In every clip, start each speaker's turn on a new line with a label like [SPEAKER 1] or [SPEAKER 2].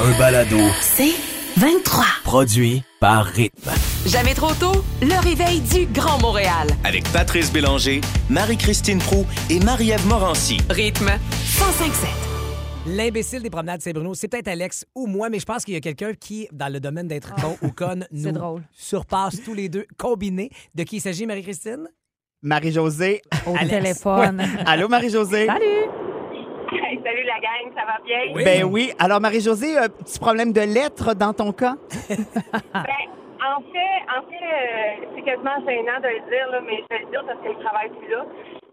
[SPEAKER 1] Un balado
[SPEAKER 2] C'est 23.
[SPEAKER 1] produit par Rythme.
[SPEAKER 2] Jamais trop tôt, le réveil du Grand Montréal.
[SPEAKER 3] avec Patrice Bélanger, Marie-Christine Prou et Marie-Ève Morancy.
[SPEAKER 2] Rythme 105.7.
[SPEAKER 4] L'imbécile des promenades Saint-Bruno, c'est peut-être Alex ou moi, mais je pense qu'il y a quelqu'un qui, dans le domaine d'être con ou conne, nous
[SPEAKER 5] drôle.
[SPEAKER 4] surpasse tous les deux, combinés. De qui il s'agit, Marie-Christine?
[SPEAKER 6] Marie-Josée.
[SPEAKER 5] au
[SPEAKER 4] Alex.
[SPEAKER 5] téléphone.
[SPEAKER 6] Allô, Marie-Josée?
[SPEAKER 5] Salut!
[SPEAKER 7] Hey, salut la gang, ça va bien?
[SPEAKER 6] Ben oui. Alors, Marie-Josée, euh, petit problème de lettres dans ton cas?
[SPEAKER 7] Ben, en fait, en fait, euh, c'est quasiment gênant de le dire, là, mais je vais le dire parce que je travaille plus là.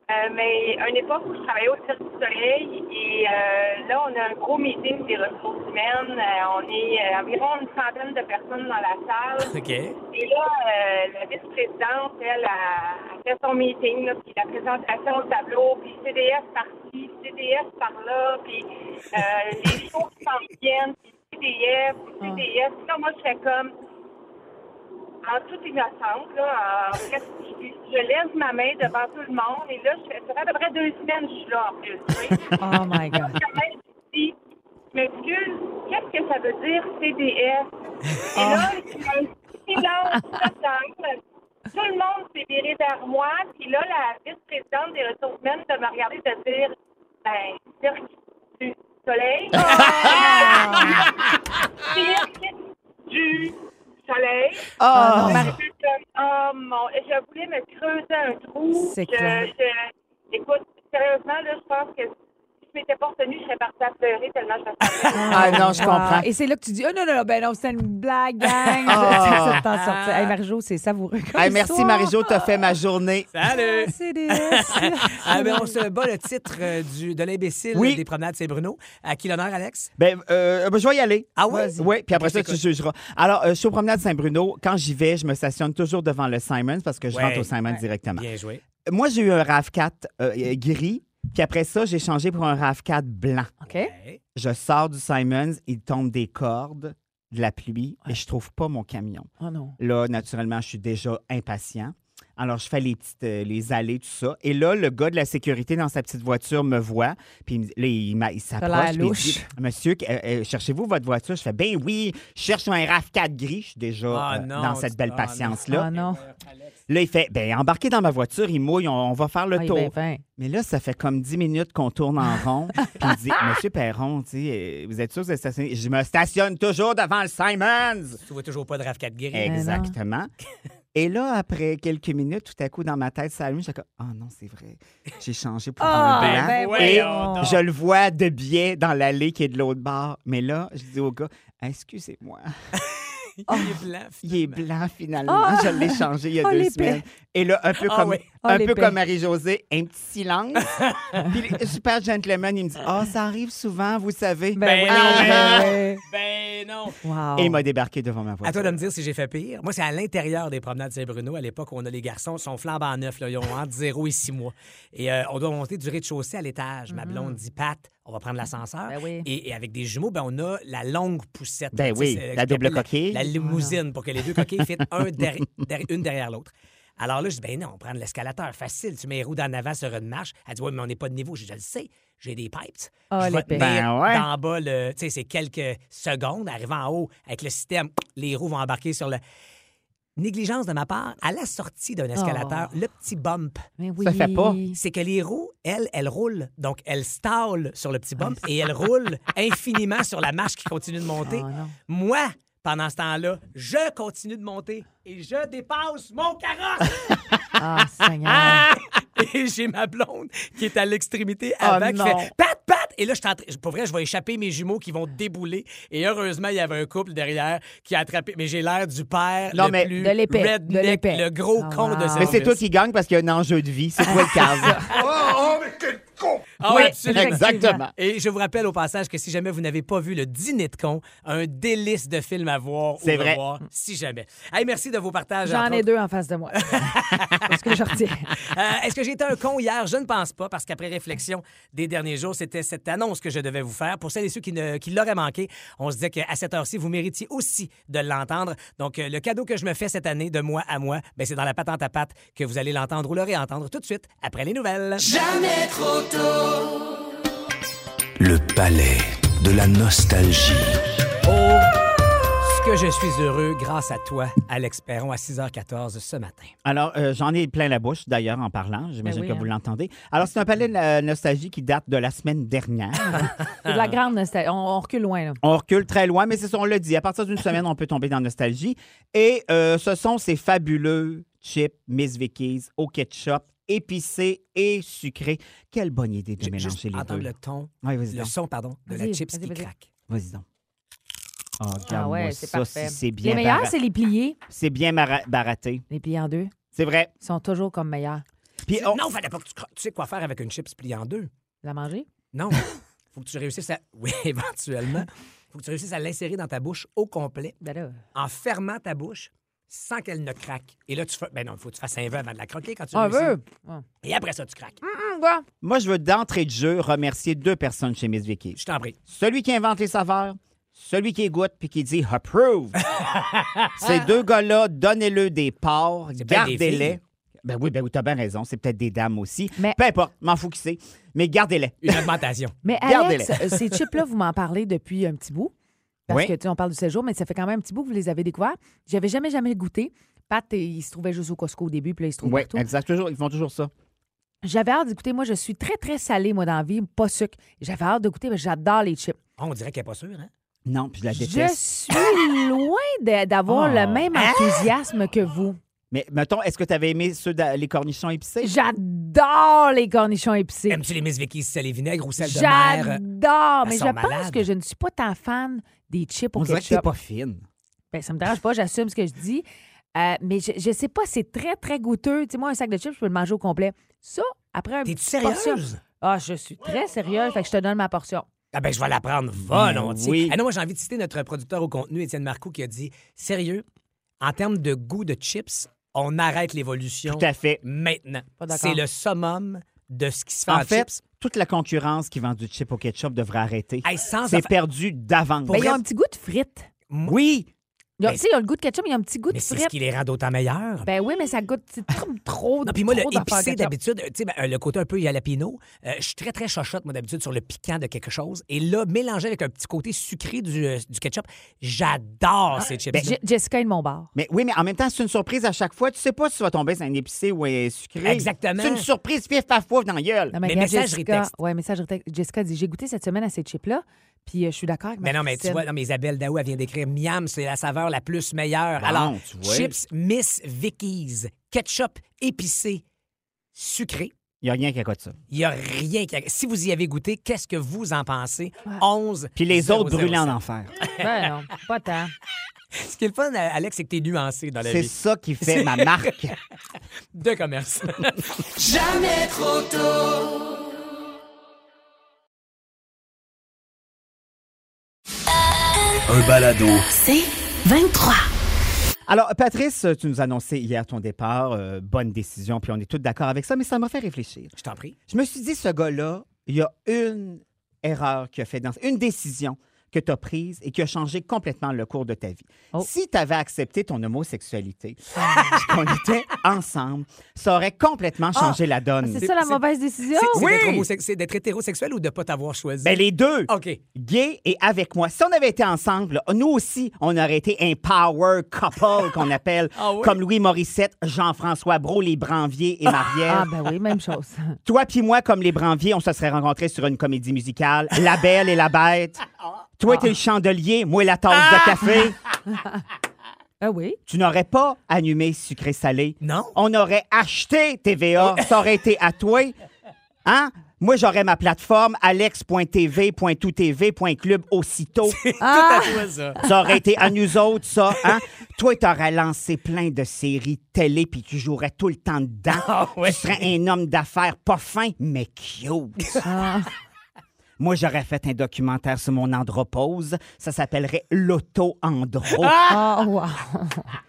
[SPEAKER 7] Euh, mais à une époque où je travaillais au Cirque du Soleil, et euh, là, on a un gros meeting des ressources humaines. Euh, on est euh, environ une centaine de personnes dans la salle.
[SPEAKER 4] OK.
[SPEAKER 7] Et là, euh, la vice-présidente, elle, a, a fait son meeting, là, puis la présentation au tableau, puis CDS par-ci, CDS par-là, puis euh, les choses qui s'en viennent, puis CDF, puis
[SPEAKER 5] Ah.
[SPEAKER 7] CDS. Puis là, moi, je fais comme, en toute innocence, là, en fait, je, je lève ma main devant tout le monde, et là, je fais, ça fait à peu près deux semaines que je suis là, en plus, tu sais.
[SPEAKER 5] Oh my
[SPEAKER 7] Là,
[SPEAKER 5] God.
[SPEAKER 7] quand même, je dis, Je m'excuse, qu'est-ce que ça veut dire CDF?
[SPEAKER 5] Ah.
[SPEAKER 7] Et là, il y a un silence total. Tout le monde s'est viré vers moi. Puis là, la vice-présidente des ressources humaines de me regarder de dire Ben, cirque du soleil. Cirque du soleil.
[SPEAKER 6] Ah!
[SPEAKER 7] Fait que j'étais comme, Oh mon, je voulais me creuser un trou.
[SPEAKER 5] C'est
[SPEAKER 7] Je-
[SPEAKER 5] clair.
[SPEAKER 7] je- écoute, sérieusement, là, je pense que si je m'étais pas retenue, je serais partie à pleurer tellement je me sentais.
[SPEAKER 6] Ah non, je
[SPEAKER 5] Wow.
[SPEAKER 6] comprends.
[SPEAKER 5] Et c'est là que tu dis, oh non, non, non, ben non, c'est une blague, gang.
[SPEAKER 6] Ah.
[SPEAKER 5] Ça t'en sortir. Hey, Marie-Jo, c'est savoureux. comme
[SPEAKER 6] Hey, merci,
[SPEAKER 5] histoire.
[SPEAKER 6] Marie-Jo, t'as fait ma journée.
[SPEAKER 4] Salut!
[SPEAKER 5] CDS.
[SPEAKER 4] Ah, ben, on se bat le titre euh, du, de l'imbécile
[SPEAKER 6] Oui.
[SPEAKER 4] des promenades Saint-Bruno. À qui l'honneur, Alex?
[SPEAKER 6] Ben, euh, ben, je vais y aller.
[SPEAKER 4] Ah oui? Vas-y.
[SPEAKER 6] Oui, puis après
[SPEAKER 4] Ok,
[SPEAKER 6] ça,
[SPEAKER 4] je
[SPEAKER 6] tu jugeras. Alors, euh, je suis au promenade Saint-Bruno. Quand j'y vais, je me stationne toujours devant le Simons parce que je
[SPEAKER 4] Ouais.
[SPEAKER 6] rentre au Simons directement.
[SPEAKER 4] Bien joué.
[SPEAKER 6] Moi, j'ai eu un RAV4 euh, euh, gris, puis après ça, j'ai changé pour un RAV4 blanc.
[SPEAKER 5] OK.
[SPEAKER 4] Ouais.
[SPEAKER 6] Je sors du Simons, il tombe des cordes, de la pluie, et je trouve pas mon camion.
[SPEAKER 2] Ah,
[SPEAKER 5] Oh non.
[SPEAKER 6] Là, naturellement, je suis déjà impatient. Alors, je fais les petites, euh, les allées, tout ça. Et là, le gars de la sécurité dans sa petite voiture me voit. Puis il me dit- là, il, m'a- il
[SPEAKER 5] l'air
[SPEAKER 6] s'approche. puis il dit,
[SPEAKER 5] louche.
[SPEAKER 6] Monsieur, euh, euh, cherchez-vous votre voiture? Je fais, ben oui, je cherche un RAV4 gris. Je suis déjà
[SPEAKER 4] Ah,
[SPEAKER 6] euh,
[SPEAKER 4] non,
[SPEAKER 6] dans
[SPEAKER 4] tu-
[SPEAKER 6] cette belle
[SPEAKER 4] ah, non.
[SPEAKER 6] patience-là.
[SPEAKER 5] Oh non.
[SPEAKER 6] Là, il fait, ben embarquez dans ma voiture, il mouille, on, on va faire le
[SPEAKER 5] Ah, il est
[SPEAKER 6] tour.
[SPEAKER 5] bien fin.
[SPEAKER 6] Mais là, ça fait comme 10 minutes qu'on tourne en rond. Puis il dit, Monsieur Perron, tu sais, euh, vous êtes sûr que vous êtes stationné? Je me stationne toujours devant le Simons.
[SPEAKER 4] Tu vois toujours pas de RAV4 gris.
[SPEAKER 5] Eh
[SPEAKER 6] Exactement. Et là, après quelques minutes, tout à coup, dans ma tête, ça allume. J'étais comme, oh non, c'est vrai. J'ai changé pour un blanc.
[SPEAKER 5] ben
[SPEAKER 6] et
[SPEAKER 5] voyons donc.
[SPEAKER 6] je le vois de biais dans l'allée qui est de l'autre bord. Mais là, je dis au gars, excusez-moi,
[SPEAKER 4] Il est blanc.
[SPEAKER 6] il est blanc finalement.
[SPEAKER 5] Ah!
[SPEAKER 6] Je l'ai changé il y a
[SPEAKER 5] Oh,
[SPEAKER 6] deux
[SPEAKER 5] l'épée.
[SPEAKER 6] semaines. Et là, un peu
[SPEAKER 4] Ah
[SPEAKER 6] comme,
[SPEAKER 4] oui.
[SPEAKER 5] Oh,
[SPEAKER 6] un peu
[SPEAKER 5] l'épée.
[SPEAKER 6] comme Marie-Josée, un petit silence. Puis le super gentleman, il me dit, ah, ça arrive souvent, vous savez.
[SPEAKER 5] Ben oui,
[SPEAKER 6] Ah!
[SPEAKER 5] ben
[SPEAKER 4] Ben non.
[SPEAKER 5] oui. Wow.
[SPEAKER 6] Et il m'a débarqué devant ma voiture.
[SPEAKER 4] À toi de me dire si j'ai fait pire. Moi, c'est à l'intérieur des promenades Saint-Bruno. À l'époque, on a les garçons, ils sont flambant neufs. Là. Ils ont entre 0 et 6 mois. Et euh, on doit monter du rez-de-chaussée à l'étage. Ma blonde dit Pat, on va prendre l'ascenseur.
[SPEAKER 5] Mm. Ben oui.
[SPEAKER 4] et, et avec des jumeaux, ben, on a la longue poussette.
[SPEAKER 6] Ben
[SPEAKER 4] Tu sais,
[SPEAKER 6] oui,
[SPEAKER 4] c'est-
[SPEAKER 6] la
[SPEAKER 4] je
[SPEAKER 6] double
[SPEAKER 4] l'appelle
[SPEAKER 6] coquille.
[SPEAKER 4] La, limousine pour que les deux coquilles fitent un derri- derri- une derrière l'autre. Alors là, je dis, ben non, on prend l'escalateur, facile. Tu mets les roues d'en avant sur une marche. Elle dit, ouais, mais on n'est pas de niveau. Je dis, je le sais, j'ai des pipes.
[SPEAKER 5] Oh,
[SPEAKER 4] je vais
[SPEAKER 5] l'épée.
[SPEAKER 4] tenir
[SPEAKER 6] Ben ouais.
[SPEAKER 4] d'en bas, le- tu sais, c'est quelques secondes. Arrivant en haut, avec le système, les roues vont embarquer sur le... Négligence de ma part, à la sortie d'un escalateur, le petit bump,
[SPEAKER 5] Mais oui.
[SPEAKER 6] Ça fait pas.
[SPEAKER 4] c'est que les roues, elles, elles roulent. Donc, elles stallent sur le petit bump
[SPEAKER 6] Ah.
[SPEAKER 4] et elles roulent infiniment sur la marche qui continue de monter.
[SPEAKER 6] Ah,
[SPEAKER 5] Oh, non.
[SPEAKER 4] Moi, pendant ce temps-là, je continue de monter et je dépasse mon carrosse.
[SPEAKER 5] Ah, Seigneur.
[SPEAKER 4] et j'ai ma blonde qui est à l'extrémité
[SPEAKER 6] Oh
[SPEAKER 4] avant qui
[SPEAKER 6] non.
[SPEAKER 4] fait pat pat et là je suis en train- pour vrai je vais échapper mes jumeaux qui vont débouler et heureusement il y avait un couple derrière qui a attrapé mais j'ai l'air du père
[SPEAKER 6] Non,
[SPEAKER 4] le
[SPEAKER 6] mais-
[SPEAKER 4] plus
[SPEAKER 5] De l'épée, de
[SPEAKER 4] redneck,
[SPEAKER 5] l'épée.
[SPEAKER 4] le gros
[SPEAKER 5] Ah,
[SPEAKER 4] con de
[SPEAKER 5] wow.
[SPEAKER 4] ce
[SPEAKER 6] Mais c'est toi qui gagne parce qu'il y a un enjeu de vie. C'est toi le cave.
[SPEAKER 4] Ah,
[SPEAKER 5] Oui,
[SPEAKER 4] absolument.
[SPEAKER 6] Exactement.
[SPEAKER 4] Et je vous rappelle au passage que si jamais vous n'avez pas vu le dîner de con, un délice de film à voir ou
[SPEAKER 6] C'est vrai.
[SPEAKER 4] revoir, si jamais. Hey, merci de vos partages.
[SPEAKER 5] J'en
[SPEAKER 4] entre
[SPEAKER 5] ai
[SPEAKER 4] autres.
[SPEAKER 5] deux en face de moi. Parce que je retiens.
[SPEAKER 4] Euh, Est-ce que j'ai été un con hier? Je ne pense pas, parce qu'après réflexion des derniers jours, c'était cette annonce que je devais vous faire. Pour celles et ceux qui, ne- qui l'auraient manqué, on se disait qu'à cette heure-ci, vous méritiez aussi de l'entendre. Donc, euh, le cadeau que je me fais cette année, de moi à moi, ben, c'est dans la patente à patte que vous allez l'entendre ou le réentendre tout de suite après les nouvelles.
[SPEAKER 3] Le palais de la nostalgie.
[SPEAKER 4] Oh, que je suis heureux grâce à toi, Alex Perron, à 6h14 ce matin.
[SPEAKER 6] Alors, euh, j'en ai plein la bouche, d'ailleurs, en parlant. J'imagine
[SPEAKER 5] oui,
[SPEAKER 6] que
[SPEAKER 5] hein.
[SPEAKER 6] vous l'entendez. Alors, c'est un palais de la nostalgie qui date de la semaine dernière.
[SPEAKER 5] C'est
[SPEAKER 2] Ah.
[SPEAKER 5] de la grande nostalgie. On, on recule loin, là.
[SPEAKER 6] on recule très loin, mais c'est ça, on le dit. À partir d'une semaine, on peut tomber dans la nostalgie. Et euh, ce sont ces fabuleux chips Miss Vickies au ketchup, épicés et sucrés. Quelle bonne idée de
[SPEAKER 4] J'ai
[SPEAKER 6] mélanger
[SPEAKER 4] juste
[SPEAKER 6] les
[SPEAKER 4] entendre
[SPEAKER 6] deux.
[SPEAKER 4] le ton,
[SPEAKER 6] Oui, vas-y
[SPEAKER 4] le
[SPEAKER 6] donc.
[SPEAKER 4] son, pardon, de la
[SPEAKER 5] Vas-y,
[SPEAKER 4] chips
[SPEAKER 5] vas-y,
[SPEAKER 4] qui
[SPEAKER 5] vas-y.
[SPEAKER 4] craque.
[SPEAKER 6] Vas-y donc. Oh,
[SPEAKER 5] Ah
[SPEAKER 6] regarde-moi
[SPEAKER 5] ouais, c'est
[SPEAKER 6] ça,
[SPEAKER 5] parfait.
[SPEAKER 6] si c'est
[SPEAKER 5] les
[SPEAKER 6] bien,
[SPEAKER 5] meilleurs,
[SPEAKER 6] bara-
[SPEAKER 5] c'est les pliés.
[SPEAKER 6] c'est bien mara- baraté.
[SPEAKER 5] Les pliés en deux.
[SPEAKER 6] C'est vrai.
[SPEAKER 5] Ils sont toujours comme meilleurs.
[SPEAKER 6] Puis on-
[SPEAKER 4] Non, fallait pas que tu cro- Tu sais quoi faire avec une chips pliée en deux.
[SPEAKER 5] La manger?
[SPEAKER 4] Non. Faut que tu réussisses à. Oui, éventuellement. Faut que tu réussisses à l'insérer dans ta bouche au complet,
[SPEAKER 5] Ben là.
[SPEAKER 4] en fermant ta bouche sans qu'elle ne craque. Et là, tu fais. Ben non, faut que tu fasses un vœu avant de la croquer quand tu
[SPEAKER 5] Un
[SPEAKER 4] réussis.
[SPEAKER 5] vœu. Ouais.
[SPEAKER 4] Et après ça, tu craques.
[SPEAKER 5] Hum, va.
[SPEAKER 6] moi, je veux d'entrée de jeu remercier deux personnes chez Miss Vickies.
[SPEAKER 4] Je t'en prie.
[SPEAKER 6] Celui qui invente les saveurs, celui qui goûte puis qui dit approve. Ces deux gars-là, donnez-le des parts,
[SPEAKER 4] peut-être des
[SPEAKER 6] gardez-les.
[SPEAKER 4] filles.
[SPEAKER 6] Ben oui, ben oui, t'as bien raison. C'est peut-être des dames aussi.
[SPEAKER 5] Mais-
[SPEAKER 6] Peu importe, m'en fous qui c'est. Mais gardez-les.
[SPEAKER 4] Une augmentation.
[SPEAKER 5] Mais
[SPEAKER 6] Gardez-les.
[SPEAKER 5] Alex, euh, ces chips-là, vous m'en parlez depuis un petit bout. Parce
[SPEAKER 6] Oui.
[SPEAKER 5] que, tu sais, on parle du séjour, mais ça fait quand même un petit bout que vous les avez découverts. J'avais jamais, jamais goûté. Pat, euh, il se trouvait juste au Costco au début, puis là, il se trouve
[SPEAKER 6] Oui,
[SPEAKER 5] partout.
[SPEAKER 6] exact. Toujours, ils font toujours ça.
[SPEAKER 5] J'avais hâte d'écouter. Moi, je suis très, très salée, moi, dans la vie, pas sucre. J'avais hâte de goûter, mais j'adore les chips.
[SPEAKER 4] On dirait qu'elle n'est pas sûre, hein?
[SPEAKER 6] Non, puis je la
[SPEAKER 5] Je
[SPEAKER 6] déteste.
[SPEAKER 5] suis loin de- d'avoir
[SPEAKER 6] Oh.
[SPEAKER 5] le même enthousiasme que vous.
[SPEAKER 6] Mais mettons, est-ce que t'avais aimé ceux de- les cornichons épicés?
[SPEAKER 5] J'adore les cornichons épicés.
[SPEAKER 4] Aimes-tu les Miss Vicky, sel et vinaigre ou sel de mer?
[SPEAKER 5] J'adore, mais
[SPEAKER 4] elles
[SPEAKER 5] je
[SPEAKER 4] sont
[SPEAKER 5] pense
[SPEAKER 4] malades.
[SPEAKER 5] que je ne suis pas tant fan des chips au
[SPEAKER 6] On dirait que t'es
[SPEAKER 5] ketchup.
[SPEAKER 6] pas fine.
[SPEAKER 5] Ben, ça me dérange pas, j'assume ce que je dis. Euh, mais je, je sais pas, c'est très, très goûteux. Tu sais, moi, un sac de chips, je peux le manger au complet. Ça, après un
[SPEAKER 4] T'es-tu
[SPEAKER 5] petite portion-
[SPEAKER 4] sérieuse?
[SPEAKER 5] Ah, je suis très sérieuse, fait que je te donne ma portion.
[SPEAKER 4] Ah ben, je vais la prendre volontiers.
[SPEAKER 6] Oui.
[SPEAKER 4] Ah non, moi, j'ai envie de citer notre producteur au contenu, Étienne Marcoux, qui a dit Sérieux, en termes de goût de chips, on arrête l'évolution
[SPEAKER 6] Tout à fait.
[SPEAKER 4] maintenant.
[SPEAKER 5] Pas d'accord.
[SPEAKER 4] C'est le summum de ce qui se fait en,
[SPEAKER 6] En fait,
[SPEAKER 4] chips.
[SPEAKER 6] toute la concurrence qui vend du chip au ketchup devrait arrêter.
[SPEAKER 4] Hey, sans
[SPEAKER 6] C'est
[SPEAKER 4] affa-
[SPEAKER 6] perdu d'avance.
[SPEAKER 5] Ben, ils ont un petit goût de frites.
[SPEAKER 6] Oui!
[SPEAKER 5] Ils ont,
[SPEAKER 4] Ben,
[SPEAKER 5] tu sais, ils ont le goût de ketchup, mais ils ont un petit goût
[SPEAKER 4] Mais
[SPEAKER 5] de
[SPEAKER 4] c'est ce
[SPEAKER 5] frites.
[SPEAKER 4] qui les rend d'autant meilleurs.
[SPEAKER 5] Ben oui, mais ça goûte c'est trop, trop
[SPEAKER 4] non, puis moi, le
[SPEAKER 5] trop d'affaires
[SPEAKER 4] épicé
[SPEAKER 5] ketchup.
[SPEAKER 4] d'habitude, euh, tu sais, ben, euh, le côté un peu jalapeno, euh, je suis très, très chochotte, moi, d'habitude, sur le piquant de quelque chose. Et là, mélangé avec un petit côté sucré du, euh, du ketchup,
[SPEAKER 5] Ah,
[SPEAKER 4] j'adore ces chips.
[SPEAKER 5] Je- Jessica est de mon bar.
[SPEAKER 6] Mais oui, mais en même temps, c'est une surprise à chaque fois. Tu sais pas si tu vas tomber sur un épicé ou un sucré.
[SPEAKER 4] Exactement.
[SPEAKER 6] C'est une surprise, pif, paf, pouf, dans la gueule.
[SPEAKER 5] Non,
[SPEAKER 4] Mais
[SPEAKER 5] regarde,
[SPEAKER 4] messagerie
[SPEAKER 5] Jessica,
[SPEAKER 4] texte.
[SPEAKER 5] Ouais, messagerie texte. Jessica dit J'ai goûté cette semaine à ces chips-là, puis euh, je suis d'accord avec
[SPEAKER 4] Mais non, mais tu
[SPEAKER 5] Marie-Christine.
[SPEAKER 4] vois, non, mais Isabelle Daou, elle vient d'écrire Miam, c'est la saveur la plus meilleure.
[SPEAKER 6] Bon,
[SPEAKER 4] Alors,
[SPEAKER 6] tu vois.
[SPEAKER 4] chips Miss Vickies, ketchup épicé, sucré.
[SPEAKER 6] Il n'y a rien qui accote ça.
[SPEAKER 4] Il n'y a rien qui. Si vous y avez goûté, qu'est-ce que vous en pensez? 11.
[SPEAKER 6] Puis les autres
[SPEAKER 4] 007.
[SPEAKER 6] brûlés en enfer.
[SPEAKER 5] Ben non, pas tant.
[SPEAKER 4] Ce qui est le fun, euh, Alex, c'est que tu es nuancé dans la
[SPEAKER 6] C'est
[SPEAKER 4] vie.
[SPEAKER 6] ça qui fait ma marque.
[SPEAKER 4] De commerce.
[SPEAKER 1] Un balado.
[SPEAKER 2] C'est 23.
[SPEAKER 6] Alors, Patrice, tu nous annonçais hier ton départ. euh, bonne décision, puis on est tous d'accord avec ça, mais ça m'a fait réfléchir.
[SPEAKER 4] Je t'en prie.
[SPEAKER 6] Je me suis dit, ce gars-là, il y a une erreur qu'il a fait dans une décision que tu as prise et qui a changé complètement le cours de ta vie.
[SPEAKER 5] Oh. Ah,
[SPEAKER 6] Si tu avais accepté ton homosexualité, qu'on était ensemble, ça aurait complètement changé la donne.
[SPEAKER 5] Ah, C'est ça la
[SPEAKER 4] c'est-
[SPEAKER 5] mauvaise décision?
[SPEAKER 4] C'est- c'est
[SPEAKER 6] Oui!
[SPEAKER 4] d'être homosex- C'est d'être hétérosexuel ou de pas t'avoir choisi?
[SPEAKER 6] Ben, les deux,
[SPEAKER 4] OK.
[SPEAKER 6] gay et avec moi. Si on avait été ensemble, là, nous aussi, on aurait été un power couple qu'on appelle,
[SPEAKER 4] Ah oui?
[SPEAKER 6] comme Louis Morissette, Jean-François Brault, les Branviers et Marielle.
[SPEAKER 5] Ah, ben oui, même chose.
[SPEAKER 6] Toi puis moi, comme les branviers, on se serait rencontrés sur une comédie musicale, La Belle et la Bête. Toi, t'es le chandelier, moi, la tasse de café.
[SPEAKER 5] Ah oui?
[SPEAKER 6] Tu n'aurais pas animé sucré-salé.
[SPEAKER 4] Non.
[SPEAKER 6] On aurait acheté TVA. Ça aurait été à toi. Hein? Moi, j'aurais ma plateforme alex.tv.toutv.club aussitôt.
[SPEAKER 5] Ah!
[SPEAKER 4] Toi, ça.
[SPEAKER 6] Ça aurait été à nous autres, ça. Hein? Toi, t'aurais lancé plein de séries télé, puis tu jouerais tout le temps dedans.
[SPEAKER 4] Ah ouais.
[SPEAKER 6] Tu serais un homme d'affaires pas fin, mais cute.
[SPEAKER 5] Ah.
[SPEAKER 6] Moi, j'aurais fait un documentaire sur mon andropause. Ça s'appellerait L'auto-andro.
[SPEAKER 5] Ah, wow.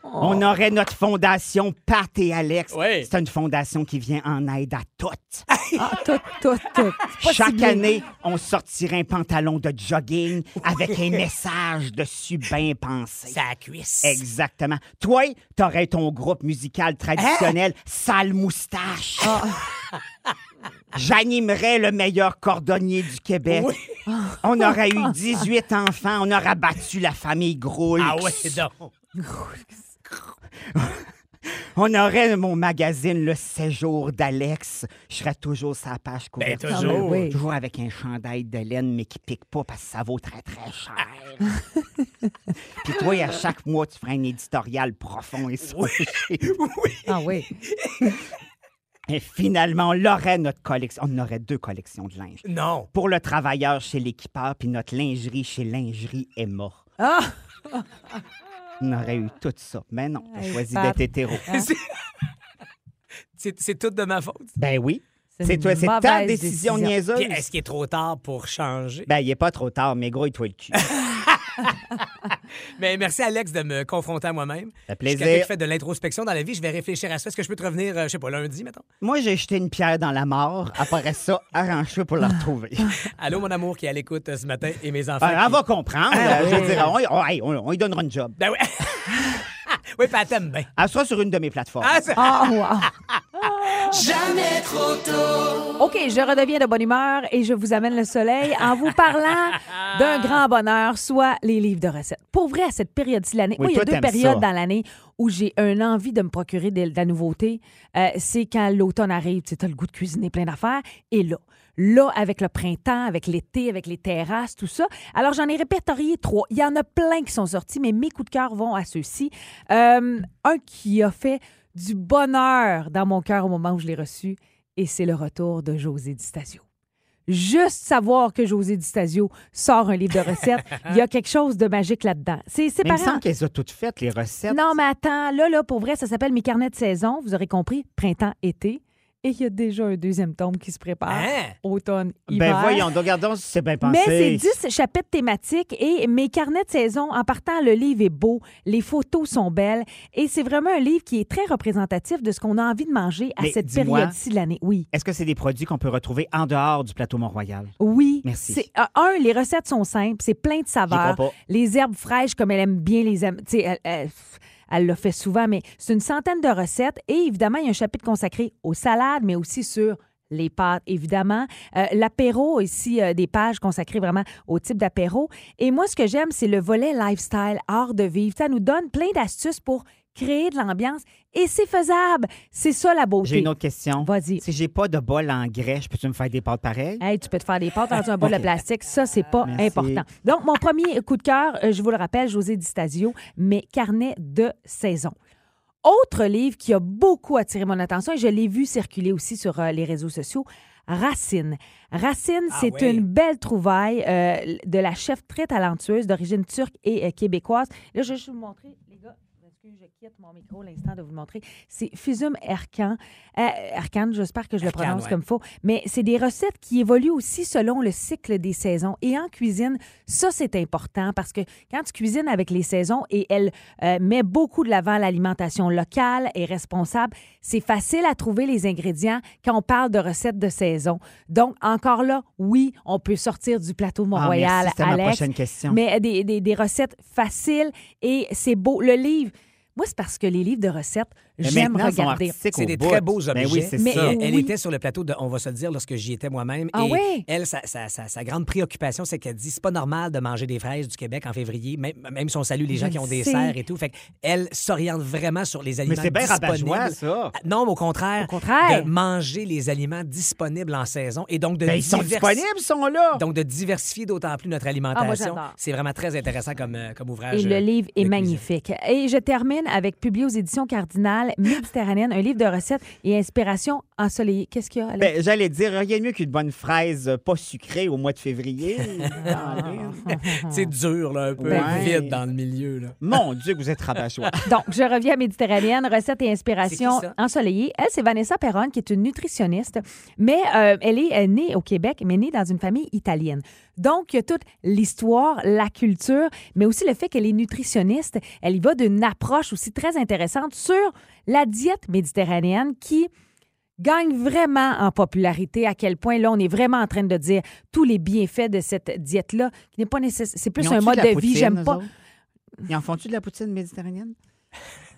[SPEAKER 6] On aurait notre fondation Pat et Alex.
[SPEAKER 4] Ouais.
[SPEAKER 6] C'est une fondation qui vient en aide à toutes.
[SPEAKER 5] Ah, tout, tout, tout. C'est pas si
[SPEAKER 6] Chaque
[SPEAKER 5] bien.
[SPEAKER 6] année, on sortirait un pantalon de jogging avec un message dessus bien pensé.
[SPEAKER 4] Ça a cuisse.
[SPEAKER 6] Exactement.
[SPEAKER 4] Hein?
[SPEAKER 6] Toi, t'aurais ton groupe musical traditionnel, Sale Moustache.
[SPEAKER 4] Ah.
[SPEAKER 6] J'animerais le meilleur cordonnier du Québec. On aurait eu 18 enfants. On aurait battu la famille Gros.
[SPEAKER 4] Ah ouais, donc.
[SPEAKER 6] On aurait mon magazine Le Séjour d'Alex. Je serais toujours sa page
[SPEAKER 4] Ben,
[SPEAKER 6] couverte.
[SPEAKER 4] toujours.
[SPEAKER 5] oui.
[SPEAKER 6] Toujours avec un chandail de laine, mais qui pique pas parce que ça vaut très, très cher. Puis toi, à chaque mois, tu feras un éditorial profond et soigné.
[SPEAKER 5] Ah oui.
[SPEAKER 6] Et finalement, on l'aurait, notre collection. On aurait deux collections de linge.
[SPEAKER 4] Non.
[SPEAKER 6] Pour le travailleur chez l'équipeur, puis notre lingerie chez Lingerie Emma.
[SPEAKER 5] Ah!
[SPEAKER 6] On aurait eu tout ça. Mais non, t'as
[SPEAKER 5] Hey,
[SPEAKER 6] choisi
[SPEAKER 5] Pat.
[SPEAKER 6] d'être hétéro.
[SPEAKER 4] C'est c'est tout de ma faute.
[SPEAKER 6] Ben oui. C'est
[SPEAKER 5] une
[SPEAKER 6] toi, c'est ta
[SPEAKER 5] mauvaise
[SPEAKER 6] décision,
[SPEAKER 5] décision.
[SPEAKER 6] niaiseuse.
[SPEAKER 4] Puis est-ce qu'il est trop tard pour changer?
[SPEAKER 6] Ben, il est pas trop tard, mais gros, il toi le cul. Ça
[SPEAKER 4] Mais merci, Alex, de me confronter à moi-même.
[SPEAKER 6] fait
[SPEAKER 4] Je suis quelqu'un
[SPEAKER 6] plaisir.
[SPEAKER 4] qui fait de l'introspection dans la vie. Je vais réfléchir à ça. Est-ce que je peux te revenir, euh, je sais pas, lundi, mettons?
[SPEAKER 6] Moi, j'ai jeté une pierre dans la mort. Après ça, arrange-toi pour la retrouver.
[SPEAKER 4] Allô, mon amour qui est à l'écoute euh, ce matin et mes enfants.
[SPEAKER 6] Alors,
[SPEAKER 4] qui-
[SPEAKER 6] on va comprendre.
[SPEAKER 5] Ah,
[SPEAKER 6] Euh, Je veux dire, on, on- hey, on- on lui donnera une job.
[SPEAKER 4] Ben oui. oui, pas ben. t'aimes bien.
[SPEAKER 6] Elle sera sur une de mes plateformes.
[SPEAKER 4] Ah, ça-
[SPEAKER 5] Ah, Jamais trop tôt. OK, je redeviens de bonne humeur et je vous amène le soleil en vous parlant d'un grand bonheur, soit les livres de recettes. Pour vrai, à cette période-ci de l'année,
[SPEAKER 6] Oui,
[SPEAKER 5] moi, il y a
[SPEAKER 6] toi,
[SPEAKER 5] deux
[SPEAKER 6] t'aimes
[SPEAKER 5] périodes
[SPEAKER 6] ça.
[SPEAKER 5] dans l'année où j'ai un envie de me procurer de, de la nouveauté. Euh, c'est quand l'automne arrive, tu as le goût de cuisiner plein d'affaires. Et là, là, avec le printemps, avec l'été, avec les terrasses, tout ça. Alors, j'en ai répertorié trois. Il y en a plein qui sont sortis, mais mes coups de cœur vont à ceux-ci. Euh, un qui a fait du bonheur dans mon cœur au moment où je l'ai reçu, et c'est le retour de José Di Stasio. Juste savoir que José Di Stasio sort un livre de recettes, il y a quelque chose de magique là-dedans. C'est c'est
[SPEAKER 6] Mais il me
[SPEAKER 5] pareil.
[SPEAKER 6] semble qu'elles ont toutes faites, les recettes.
[SPEAKER 5] Non, mais attends, là, là, pour vrai, ça s'appelle Mes carnets de saison, vous aurez compris, printemps-été. Et il y a déjà un deuxième tome qui se prépare,
[SPEAKER 4] Hein?
[SPEAKER 5] automne-hiver.
[SPEAKER 6] Ben voyons, donc, regardons si c'est bien pensé.
[SPEAKER 5] Mais c'est 10 chapitres thématiques et mes carnets de saison. En partant, le livre est beau, les photos sont belles et c'est vraiment un livre qui est très représentatif de ce qu'on a envie de manger à
[SPEAKER 6] Mais
[SPEAKER 5] cette
[SPEAKER 6] dis-moi-
[SPEAKER 5] période-ci de l'année. Oui.
[SPEAKER 6] Est-ce que c'est des produits qu'on peut retrouver en dehors du plateau Mont-Royal?
[SPEAKER 5] Oui.
[SPEAKER 6] Merci.
[SPEAKER 5] C'est- euh, un, les recettes sont simples, c'est plein de saveurs.
[SPEAKER 6] crois pas.
[SPEAKER 5] Les herbes fraîches, comme elle aime bien les. am- tu sais, Elle, elle, pff, elle le fait souvent, mais c'est une centaine de recettes. Et évidemment, il y a un chapitre consacré aux salades, mais aussi sur les pâtes, évidemment. Euh, L'apéro, ici, euh, des pages consacrées vraiment au type d'apéro. Et moi, ce que j'aime, c'est le volet lifestyle, art de vivre. Ça nous donne plein d'astuces pour créer de l'ambiance. Et c'est faisable. C'est ça la beauté.
[SPEAKER 6] J'ai une autre question.
[SPEAKER 5] Vas-y. Euh,
[SPEAKER 6] Si j'ai pas de bol en grèche, peux-tu me faire des pâtes pareilles?
[SPEAKER 5] Hey, tu peux te faire des pâtes dans un bol de plastique. Ça, c'est pas
[SPEAKER 6] Merci.
[SPEAKER 5] important. Donc, mon premier coup de cœur, euh, je vous le rappelle, José Di Stasio, mes carnets de saison. Autre livre qui a beaucoup attiré mon attention, et je l'ai vu circuler aussi sur euh, les réseaux sociaux, Racine. Racine,
[SPEAKER 4] Ah
[SPEAKER 5] c'est
[SPEAKER 4] ouais.
[SPEAKER 5] une belle trouvaille euh, de la chef très talentueuse d'origine turque et euh, québécoise. Là, je vais juste vous montrer, les gars. Excusez, Je quitte mon micro l'instant de vous le montrer. C'est Fusum Erkan. Euh, Erkan, j'espère que je le
[SPEAKER 4] Erkan,
[SPEAKER 5] prononce
[SPEAKER 4] ouais.
[SPEAKER 5] comme faut. Mais c'est des recettes qui évoluent aussi selon le cycle des saisons. Et en cuisine, ça, c'est important parce que quand tu cuisines avec les saisons et elle euh, met beaucoup de l'avant l'alimentation locale et responsable, c'est facile à trouver les ingrédients quand on parle de recettes de saison. Donc, encore là, oui, on peut sortir du plateau
[SPEAKER 6] Ah,
[SPEAKER 5] Mont-Royal,
[SPEAKER 6] merci, c'était ma
[SPEAKER 5] Alex.
[SPEAKER 6] prochaine question.
[SPEAKER 5] Mais euh, des, des- des recettes faciles et c'est beau. Le livre, moi, c'est parce que les livres de recettes,
[SPEAKER 6] Mais
[SPEAKER 5] j'aime
[SPEAKER 6] maintenant, ils sont
[SPEAKER 5] regarder.
[SPEAKER 6] artistiques au
[SPEAKER 4] C'est des
[SPEAKER 6] bout.
[SPEAKER 4] très beaux objets.
[SPEAKER 6] Ben oui, c'est
[SPEAKER 5] Mais-
[SPEAKER 6] ça.
[SPEAKER 4] Elle, elle
[SPEAKER 5] Oui.
[SPEAKER 4] était sur le plateau de On va se le dire lorsque j'y étais moi-même.
[SPEAKER 5] Ah
[SPEAKER 4] et
[SPEAKER 5] oui?
[SPEAKER 4] elle, sa, sa- sa- sa grande préoccupation, c'est qu'elle dit c'est pas normal de manger des fraises du Québec en février, même, même si on salue les gens
[SPEAKER 5] Je
[SPEAKER 4] qui ont
[SPEAKER 5] le
[SPEAKER 4] des
[SPEAKER 5] sais.
[SPEAKER 4] serres et tout. Fait elle s'oriente vraiment sur les aliments
[SPEAKER 6] Mais c'est bien
[SPEAKER 4] disponibles.
[SPEAKER 6] rabat-joie, ça.
[SPEAKER 4] Ah, Non, mais au contraire,
[SPEAKER 5] Au contraire.
[SPEAKER 4] de manger les aliments disponibles en saison et donc de
[SPEAKER 6] Ben, ils sont
[SPEAKER 4] diversi-
[SPEAKER 6] disponibles, ils sont là.
[SPEAKER 4] Donc, de diversifier d'autant plus notre alimentation,
[SPEAKER 5] Ah, j'adore.
[SPEAKER 4] c'est vraiment très intéressant comme, euh, comme ouvrage.
[SPEAKER 5] Et le
[SPEAKER 4] euh,
[SPEAKER 5] livre
[SPEAKER 4] de
[SPEAKER 5] est
[SPEAKER 4] cuisine.
[SPEAKER 5] magnifique. Et je termine avec Publié aux éditions Cardinal, Méditerranéenne, un livre de recettes et inspiration ensoleillée. Qu'est-ce qu'il y a, Alex?
[SPEAKER 6] Ben, J'allais dire, rien de mieux qu'une bonne fraise euh, pas sucrée au mois de février.
[SPEAKER 4] C'est dur, là, un peu
[SPEAKER 6] Ouais.
[SPEAKER 4] vide dans le milieu. Là.
[SPEAKER 6] Mon Dieu, que vous êtes rabat-joie.
[SPEAKER 5] Donc, je reviens à Méditerranéenne, recettes et inspiration
[SPEAKER 4] C'est qui, ça?
[SPEAKER 5] ensoleillée. Elle, c'est Vanessa Perron, qui est une nutritionniste, mais euh, elle est euh, née au Québec, mais née dans une famille italienne. Donc, il y a toute l'histoire, la culture, mais aussi le fait qu'elle est nutritionniste. Elle y va d'une approche aussi très intéressante sur la diète méditerranéenne qui gagne vraiment en popularité, à quel point là on est vraiment en train de dire tous les bienfaits de cette diète-là, qui n'est pas nécessaire. C'est plus
[SPEAKER 6] Ils ont-tu
[SPEAKER 5] un mode
[SPEAKER 6] la
[SPEAKER 5] de, vie,
[SPEAKER 6] poutine,
[SPEAKER 5] j'aime
[SPEAKER 6] eux
[SPEAKER 5] pas.
[SPEAKER 6] autres? Ils en font-tu de la poutine méditerranéenne?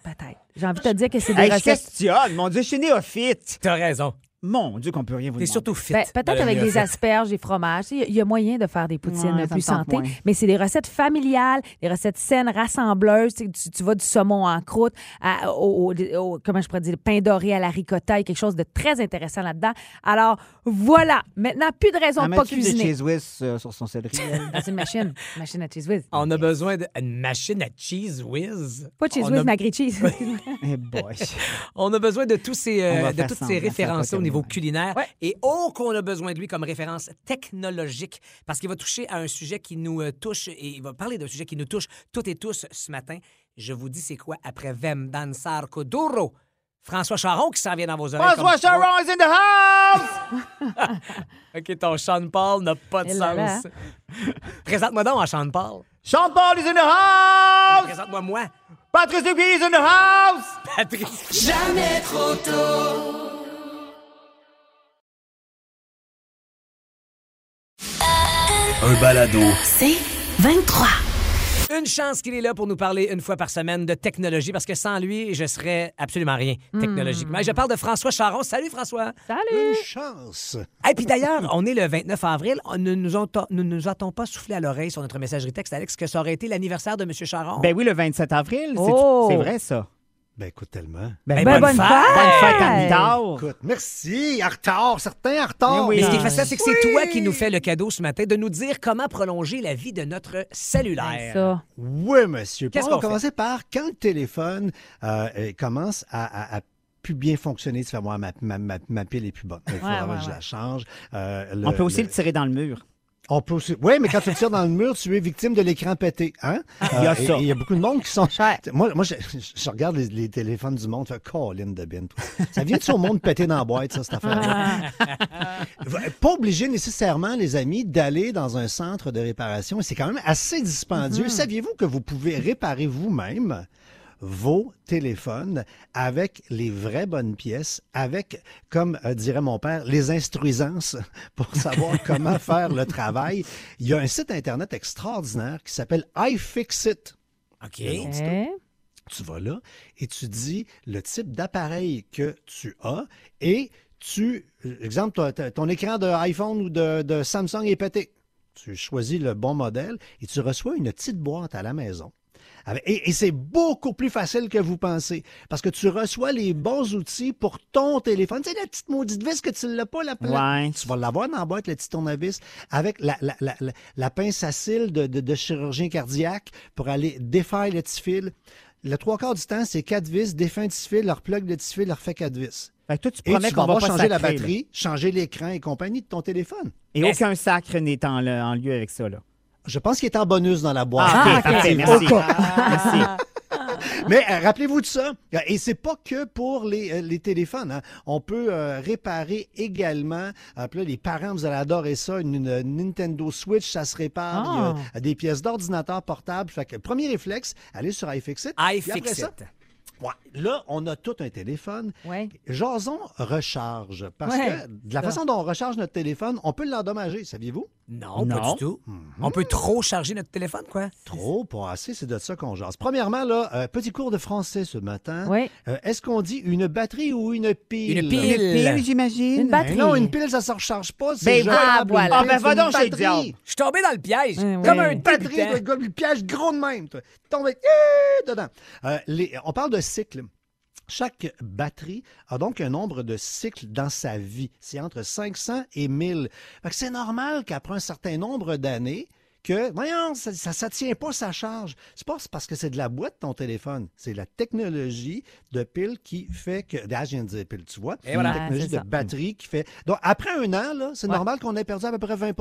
[SPEAKER 5] Peut-être. J'ai envie de te dire que c'est des
[SPEAKER 6] Hey, je
[SPEAKER 5] recettes
[SPEAKER 6] questionne, mon Dieu, je suis néophyte.
[SPEAKER 4] T'as raison.
[SPEAKER 6] Mon Dieu, qu'on peut rien vous
[SPEAKER 4] T'es
[SPEAKER 6] demander.
[SPEAKER 4] surtout fit.
[SPEAKER 5] Ben, Peut-être
[SPEAKER 4] Madame
[SPEAKER 5] avec des
[SPEAKER 4] Lafleur.
[SPEAKER 5] asperges, des fromages. Il y a- il y, a moyen de faire des poutines
[SPEAKER 6] Ouais,
[SPEAKER 5] plus
[SPEAKER 6] ça me tente
[SPEAKER 5] santé,
[SPEAKER 6] moins.
[SPEAKER 5] mais c'est des recettes familiales, des recettes saines, rassembleuses. Tu, sais, tu- tu vas du saumon en croûte à- au, au- au- comment je pourrais dire, pain doré à la ricotta. Il y a quelque chose de très intéressant là-dedans. Alors, voilà. Maintenant, plus de raison
[SPEAKER 6] Ah,
[SPEAKER 5] de pas
[SPEAKER 6] mets-tu des
[SPEAKER 5] cuisiner.
[SPEAKER 6] cheese whiz euh, sur son céleri. elle?
[SPEAKER 5] Ah, c'est une machine. machine à cheese whiz.
[SPEAKER 4] On a besoin d'une machine à cheese whiz.
[SPEAKER 5] Pas cheese
[SPEAKER 4] On
[SPEAKER 5] whiz,
[SPEAKER 4] a-
[SPEAKER 5] magri cheese.
[SPEAKER 6] Eh boy.
[SPEAKER 4] On a besoin de, tous ces, euh,
[SPEAKER 6] On va
[SPEAKER 4] de
[SPEAKER 6] faire
[SPEAKER 4] toutes
[SPEAKER 6] ça,
[SPEAKER 4] ces
[SPEAKER 6] on va faire
[SPEAKER 4] références
[SPEAKER 6] ça
[SPEAKER 4] au niveau
[SPEAKER 6] tellement.
[SPEAKER 4] culinaire. Et oh, qu'on a besoin de lui comme référence technologique, parce qu'il va toucher à un sujet qui nous euh, touche, et il va parler d'un sujet qui nous touche toutes et tous ce matin. Je vous dis c'est quoi après Vem Dansar Kuduro. François Charon qui s'en vient dans vos oreilles.
[SPEAKER 6] François
[SPEAKER 4] comme-
[SPEAKER 6] Charon is in the house!
[SPEAKER 4] OK, ton Sean Paul n'a pas de
[SPEAKER 5] Et Eh là là.
[SPEAKER 4] sens. Présente-moi donc à Sean Paul.
[SPEAKER 6] Sean Paul is in the house!
[SPEAKER 4] Présente-moi moi.
[SPEAKER 6] Patrice Dupuis is in the house!
[SPEAKER 4] Patrice.
[SPEAKER 1] un balado,
[SPEAKER 2] 23.
[SPEAKER 4] Une chance qu'il est là pour nous parler une fois par semaine de technologie, parce que sans lui, je serais absolument rien
[SPEAKER 8] Hmm.
[SPEAKER 4] technologiquement. Et Je parle de François Charon. Salut François.
[SPEAKER 5] Salut!
[SPEAKER 4] Et puis d'ailleurs, on est le 29 avril. On ne nous, entend- nous ne nous entend pas souffler à l'oreille sur notre messagerie texte, Alex, que ça aurait été l'anniversaire de M. Charon.
[SPEAKER 6] Ben oui, le 27 avril, c'est-
[SPEAKER 5] Oh!
[SPEAKER 6] c'est vrai ça.
[SPEAKER 8] Ben écoute tellement.
[SPEAKER 4] Ben,
[SPEAKER 5] Ben,
[SPEAKER 4] bonne
[SPEAKER 5] bonne
[SPEAKER 4] fête!
[SPEAKER 5] fête!
[SPEAKER 6] Bonne fête à Midard.
[SPEAKER 8] Écoute, merci. En retard, certains en retard.
[SPEAKER 6] Mais oui.
[SPEAKER 4] Mais ce qui est
[SPEAKER 6] Ah.
[SPEAKER 4] fascinant, c'est que c'est toi qui nous fais le cadeau ce matin de nous dire comment prolonger la vie de notre
[SPEAKER 5] Ben,
[SPEAKER 4] cellulaire.
[SPEAKER 5] ça.
[SPEAKER 8] Oui, monsieur.
[SPEAKER 4] Qu'est-ce
[SPEAKER 8] on va
[SPEAKER 4] qu'on fait?
[SPEAKER 8] commencer par quand le téléphone euh, euh, commence à, à- à plus bien fonctionner, tu fais moi ma, ma, ma, ma pile est plus bonne. Il faudra
[SPEAKER 5] ouais,
[SPEAKER 8] que je
[SPEAKER 5] ouais.
[SPEAKER 8] la change. Euh, le-
[SPEAKER 6] On peut aussi
[SPEAKER 8] le-
[SPEAKER 6] le tirer dans le mur.
[SPEAKER 8] On peut aussi. Oui, mais quand tu tires dans le mur, tu es victime de l'écran pété. Hein?
[SPEAKER 6] Ah. il y a
[SPEAKER 8] et-
[SPEAKER 6] ça.
[SPEAKER 8] et Il y a beaucoup de monde qui sont.
[SPEAKER 5] Cher.
[SPEAKER 8] Moi, moi je, je- je regarde les, les téléphones du monde. Je fais Colin de Bin. toi. Ça vient de son monde pété dans la boîte, ça, cette affaire-là. Pas obligé nécessairement, les amis, d'aller dans un centre de réparation. C'est quand même assez dispendieux. Saviez-vous que vous pouvez réparer vous-même? vos téléphones avec les vraies bonnes pièces, avec, comme euh, dirait mon père, les instruisances pour savoir comment faire le travail. Il y a un site Internet extraordinaire qui s'appelle iFixit.
[SPEAKER 4] OK.
[SPEAKER 5] Hein?
[SPEAKER 8] Tu vas là et tu dis le type d'appareil que tu as et tu, exemple, t'as- t'as- ton écran de iPhone ou de, de Samsung est pété. Tu choisis le bon modèle et tu reçois une petite boîte à la maison. Avec- Et, et c'est beaucoup plus facile que vous pensez parce que tu reçois les bons outils pour ton téléphone. Tu sais, la petite maudite vis que tu l'as pas, la, la-
[SPEAKER 6] Ouais.
[SPEAKER 8] tu vas l'avoir dans la boîte, le petit tournevis, avec la, la, la, la- la pince à cils de, de- de chirurgien cardiaque pour aller défaire le petit fil. Le trois quarts du temps, c'est quatre vis, défait un petit fil, leur plug le petit fil, leur fait quatre vis.
[SPEAKER 6] Fait que toi, tu
[SPEAKER 8] Et
[SPEAKER 6] promets
[SPEAKER 8] tu
[SPEAKER 6] qu'on
[SPEAKER 8] vas pas
[SPEAKER 6] va pas
[SPEAKER 8] changer la
[SPEAKER 6] sacrer, là.
[SPEAKER 8] batterie, changer l'écran et compagnie de ton téléphone.
[SPEAKER 6] Et aucun sacre n'est en, le- en lieu avec ça, là.
[SPEAKER 8] Je pense qu'il est en bonus dans la boîte.
[SPEAKER 6] Ah,
[SPEAKER 5] ok, parfait,
[SPEAKER 6] merci.
[SPEAKER 8] Au cas.
[SPEAKER 6] Merci.
[SPEAKER 8] Mais euh, rappelez-vous de ça. Et c'est pas que pour les, euh, les téléphones. hein. On peut euh, réparer également. euh, puis là, les parents, vous allez adorer ça. Une, une Nintendo Switch, ça se répare. Il y a des pièces d'ordinateur portable. Fait que premier réflexe, allez sur iFixit. Puis après ça,
[SPEAKER 4] iFixit.
[SPEAKER 8] ouais, là, on a tout un téléphone.
[SPEAKER 5] Ouais.
[SPEAKER 8] Jason recharge. Parce
[SPEAKER 5] Ouais,
[SPEAKER 8] que de la façon dont on recharge notre téléphone, on peut l'endommager, saviez-vous?
[SPEAKER 4] Non, pas
[SPEAKER 6] Non.
[SPEAKER 4] du tout.
[SPEAKER 8] Mhm.
[SPEAKER 4] On peut trop charger notre téléphone, quoi.
[SPEAKER 8] Trop, Oh, pas assez, c'est de ça qu'on jase. Premièrement, là, euh, petit cours de français ce
[SPEAKER 6] hein?
[SPEAKER 8] matin.
[SPEAKER 5] Oui.
[SPEAKER 8] Euh, Est-ce qu'on dit une batterie ou une pile?
[SPEAKER 4] Une pile.
[SPEAKER 6] Pile, j'imagine.
[SPEAKER 5] Une batterie.
[SPEAKER 8] Non, une pile, ça ne se recharge pas.
[SPEAKER 6] Ben
[SPEAKER 8] c'est
[SPEAKER 6] voilà.
[SPEAKER 8] jetable.
[SPEAKER 5] Ah, voilà.
[SPEAKER 8] Une pile,
[SPEAKER 6] Ah, ben, va
[SPEAKER 8] c'est
[SPEAKER 6] donc
[SPEAKER 8] une
[SPEAKER 6] chez le
[SPEAKER 8] batterie.
[SPEAKER 6] diable.
[SPEAKER 4] Je suis tombé dans le piège,
[SPEAKER 5] Oui, oui.
[SPEAKER 4] comme un
[SPEAKER 8] Ben batterie
[SPEAKER 4] débutant.
[SPEAKER 8] de gars, le piège gros de même. toi. Tombe eh, dedans. Euh, les- on parle de cycle. Chaque batterie a donc un nombre de cycles dans sa vie. C'est entre 500 et 1000. Fait que C'est normal qu'après un certain nombre d'années, que, voyons, ça ne tient pas sa charge. C'est pas parce que c'est de la boîte, ton téléphone. C'est la technologie de pile qui fait que... Ah, je viens de dire pile, tu vois.
[SPEAKER 4] Et voilà.
[SPEAKER 8] La technologie
[SPEAKER 5] Ouais, c'est
[SPEAKER 8] de
[SPEAKER 5] ça.
[SPEAKER 8] batterie qui fait... Donc, après un an, là, c'est normal qu'on ait perdu à peu près 20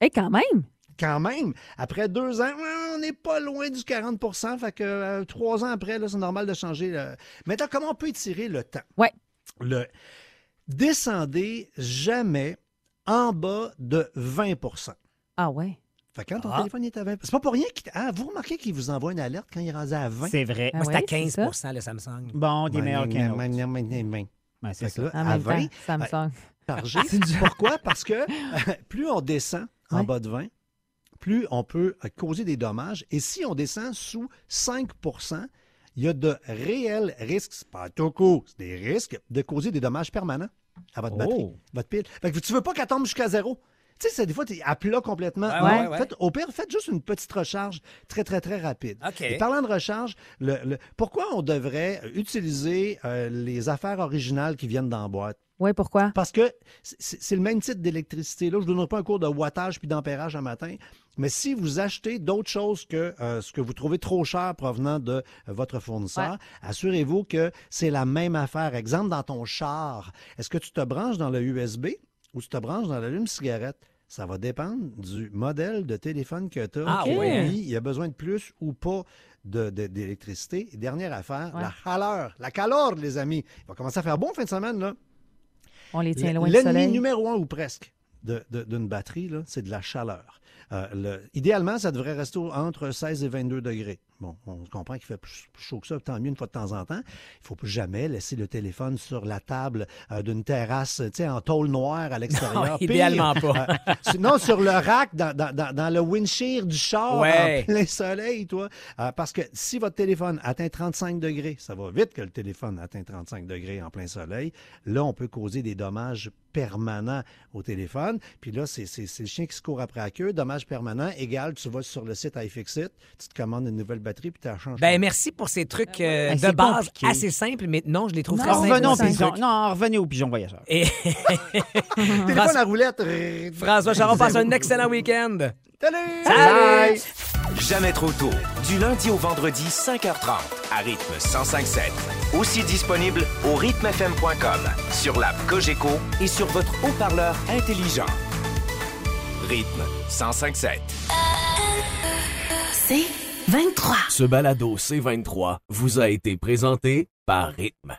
[SPEAKER 5] Eh, quand même!
[SPEAKER 8] quand même, après deux ans, ouais, on n'est pas loin du 40 Fait que euh, trois ans après, là, c'est normal de changer. le- Maintenant, comment on peut étirer le temps?
[SPEAKER 5] Ouais.
[SPEAKER 8] Le... Descendez jamais en bas de 20
[SPEAKER 5] Ah ouais.
[SPEAKER 8] Fait que quand ton
[SPEAKER 4] Ah.
[SPEAKER 8] téléphone est à 20 C'est pas pour rien qu'il. Ah, vous remarquez qu'il vous envoie une alerte quand il est rendu à 20
[SPEAKER 6] C'est vrai.
[SPEAKER 5] Ah
[SPEAKER 4] Moi, c'est à
[SPEAKER 5] oui, c'est
[SPEAKER 4] 15
[SPEAKER 5] ça.
[SPEAKER 4] le Samsung.
[SPEAKER 6] Bon, des meilleurs qu'un autre. Ouais,
[SPEAKER 8] Fait
[SPEAKER 6] c'est
[SPEAKER 8] que
[SPEAKER 6] ça.
[SPEAKER 8] là,
[SPEAKER 5] En
[SPEAKER 8] à
[SPEAKER 5] même
[SPEAKER 8] 20,
[SPEAKER 5] temps, Samsung.
[SPEAKER 8] par G. Ah, Pourquoi? Parce que euh, plus on descend en
[SPEAKER 5] Ouais.
[SPEAKER 8] bas de 20, plus on peut euh, causer des dommages. Et si on descend sous 5 il y a de réels risques, c'est pas tout court, c'est des risques de causer des dommages permanents. à votre batterie,
[SPEAKER 6] Oh.
[SPEAKER 8] votre pile. Fait que tu veux pas qu'elle tombe jusqu'à zéro. Tu sais, c'est- des fois, t'es à plat complètement.
[SPEAKER 4] Ouais,
[SPEAKER 8] Non.
[SPEAKER 4] ouais, ouais.
[SPEAKER 8] Faites- au pire, faites juste une petite recharge très, très, très rapide.
[SPEAKER 4] OK.
[SPEAKER 8] Et parlant de recharge, le- le- pourquoi on devrait utiliser euh, les affaires originales qui viennent dans la boîte?
[SPEAKER 5] Oui, pourquoi?
[SPEAKER 8] Parce que c'est- c'est c'est le même type d'électricité. Là, je ne donnerai pas un cours de wattage puis d'ampérage un matin. Mais si vous achetez d'autres choses que euh, ce que vous trouvez trop cher provenant de euh, votre fournisseur, assurez-vous que c'est la même affaire. Exemple, dans ton char, est-ce que tu te branches dans le USB ou tu te branches dans l'allume-cigarette? Ça va dépendre du modèle de téléphone que tu as.
[SPEAKER 4] Ah
[SPEAKER 8] Puis,
[SPEAKER 4] ouais.
[SPEAKER 8] il y a besoin de plus ou pas de- de- d'électricité. Et Dernière affaire, la chaleur. La calor, les amis. Il va commencer à faire bon fin de semaine, là.
[SPEAKER 5] On les tient loin du
[SPEAKER 8] L'ennemi
[SPEAKER 5] soleil.
[SPEAKER 8] numéro un ou presque de- de- d'une batterie, là, c'est de la chaleur. Euh, le- idéalement, ça devrait rester au- entre 16 et 22 degrés. Bon, on comprend qu'il fait plus plus chaud que ça, tant mieux une fois de temps en temps. Il faut plus jamais laisser le téléphone sur la table euh, d'une terrasse, tu sais, en tôle noire à l'extérieur. Pire.
[SPEAKER 4] idéalement pas.
[SPEAKER 8] Euh, sur- non, sur le rack, dans, dans- dans- dans le windshield du char,
[SPEAKER 4] Ouais.
[SPEAKER 8] en plein soleil, toi. Euh, parce que si votre téléphone atteint 35 degrés, ça va vite que le téléphone atteint 35 degrés en plein soleil, là, on peut causer des dommages permanents au téléphone. Puis là, c'est c'est- c'est le chien qui se court après la queue. Dommage permanent égale, tu vas sur le site iFixit, tu te commandes une nouvelle batterie, puis tu la changes.
[SPEAKER 4] Ben merci pour ces trucs euh,
[SPEAKER 6] Ben,
[SPEAKER 4] de
[SPEAKER 6] c'est
[SPEAKER 4] base
[SPEAKER 6] compliqué.
[SPEAKER 4] assez simples, mais non, je les trouve
[SPEAKER 5] Non,
[SPEAKER 4] très
[SPEAKER 5] on
[SPEAKER 4] simples.
[SPEAKER 5] revenons
[SPEAKER 6] revenons
[SPEAKER 5] au
[SPEAKER 4] ces
[SPEAKER 5] pigeon.
[SPEAKER 6] pigeon.
[SPEAKER 4] trucs.
[SPEAKER 6] Non, revenez au pigeon voyageur.
[SPEAKER 4] Et
[SPEAKER 8] téléphone à roulette. rrr,
[SPEAKER 4] François Charon passe un excellent week-end.
[SPEAKER 8] Salut!
[SPEAKER 4] Salut!
[SPEAKER 3] Jamais trop tôt. Du lundi au vendredi, 5h30, à rythme 1057. Aussi disponible au rythmefm.com, sur l'app Cogeco et sur votre haut-parleur intelligent. Rythme 1057.
[SPEAKER 2] C'est 23.
[SPEAKER 9] Ce balado C23 vous a été présenté par Rythme.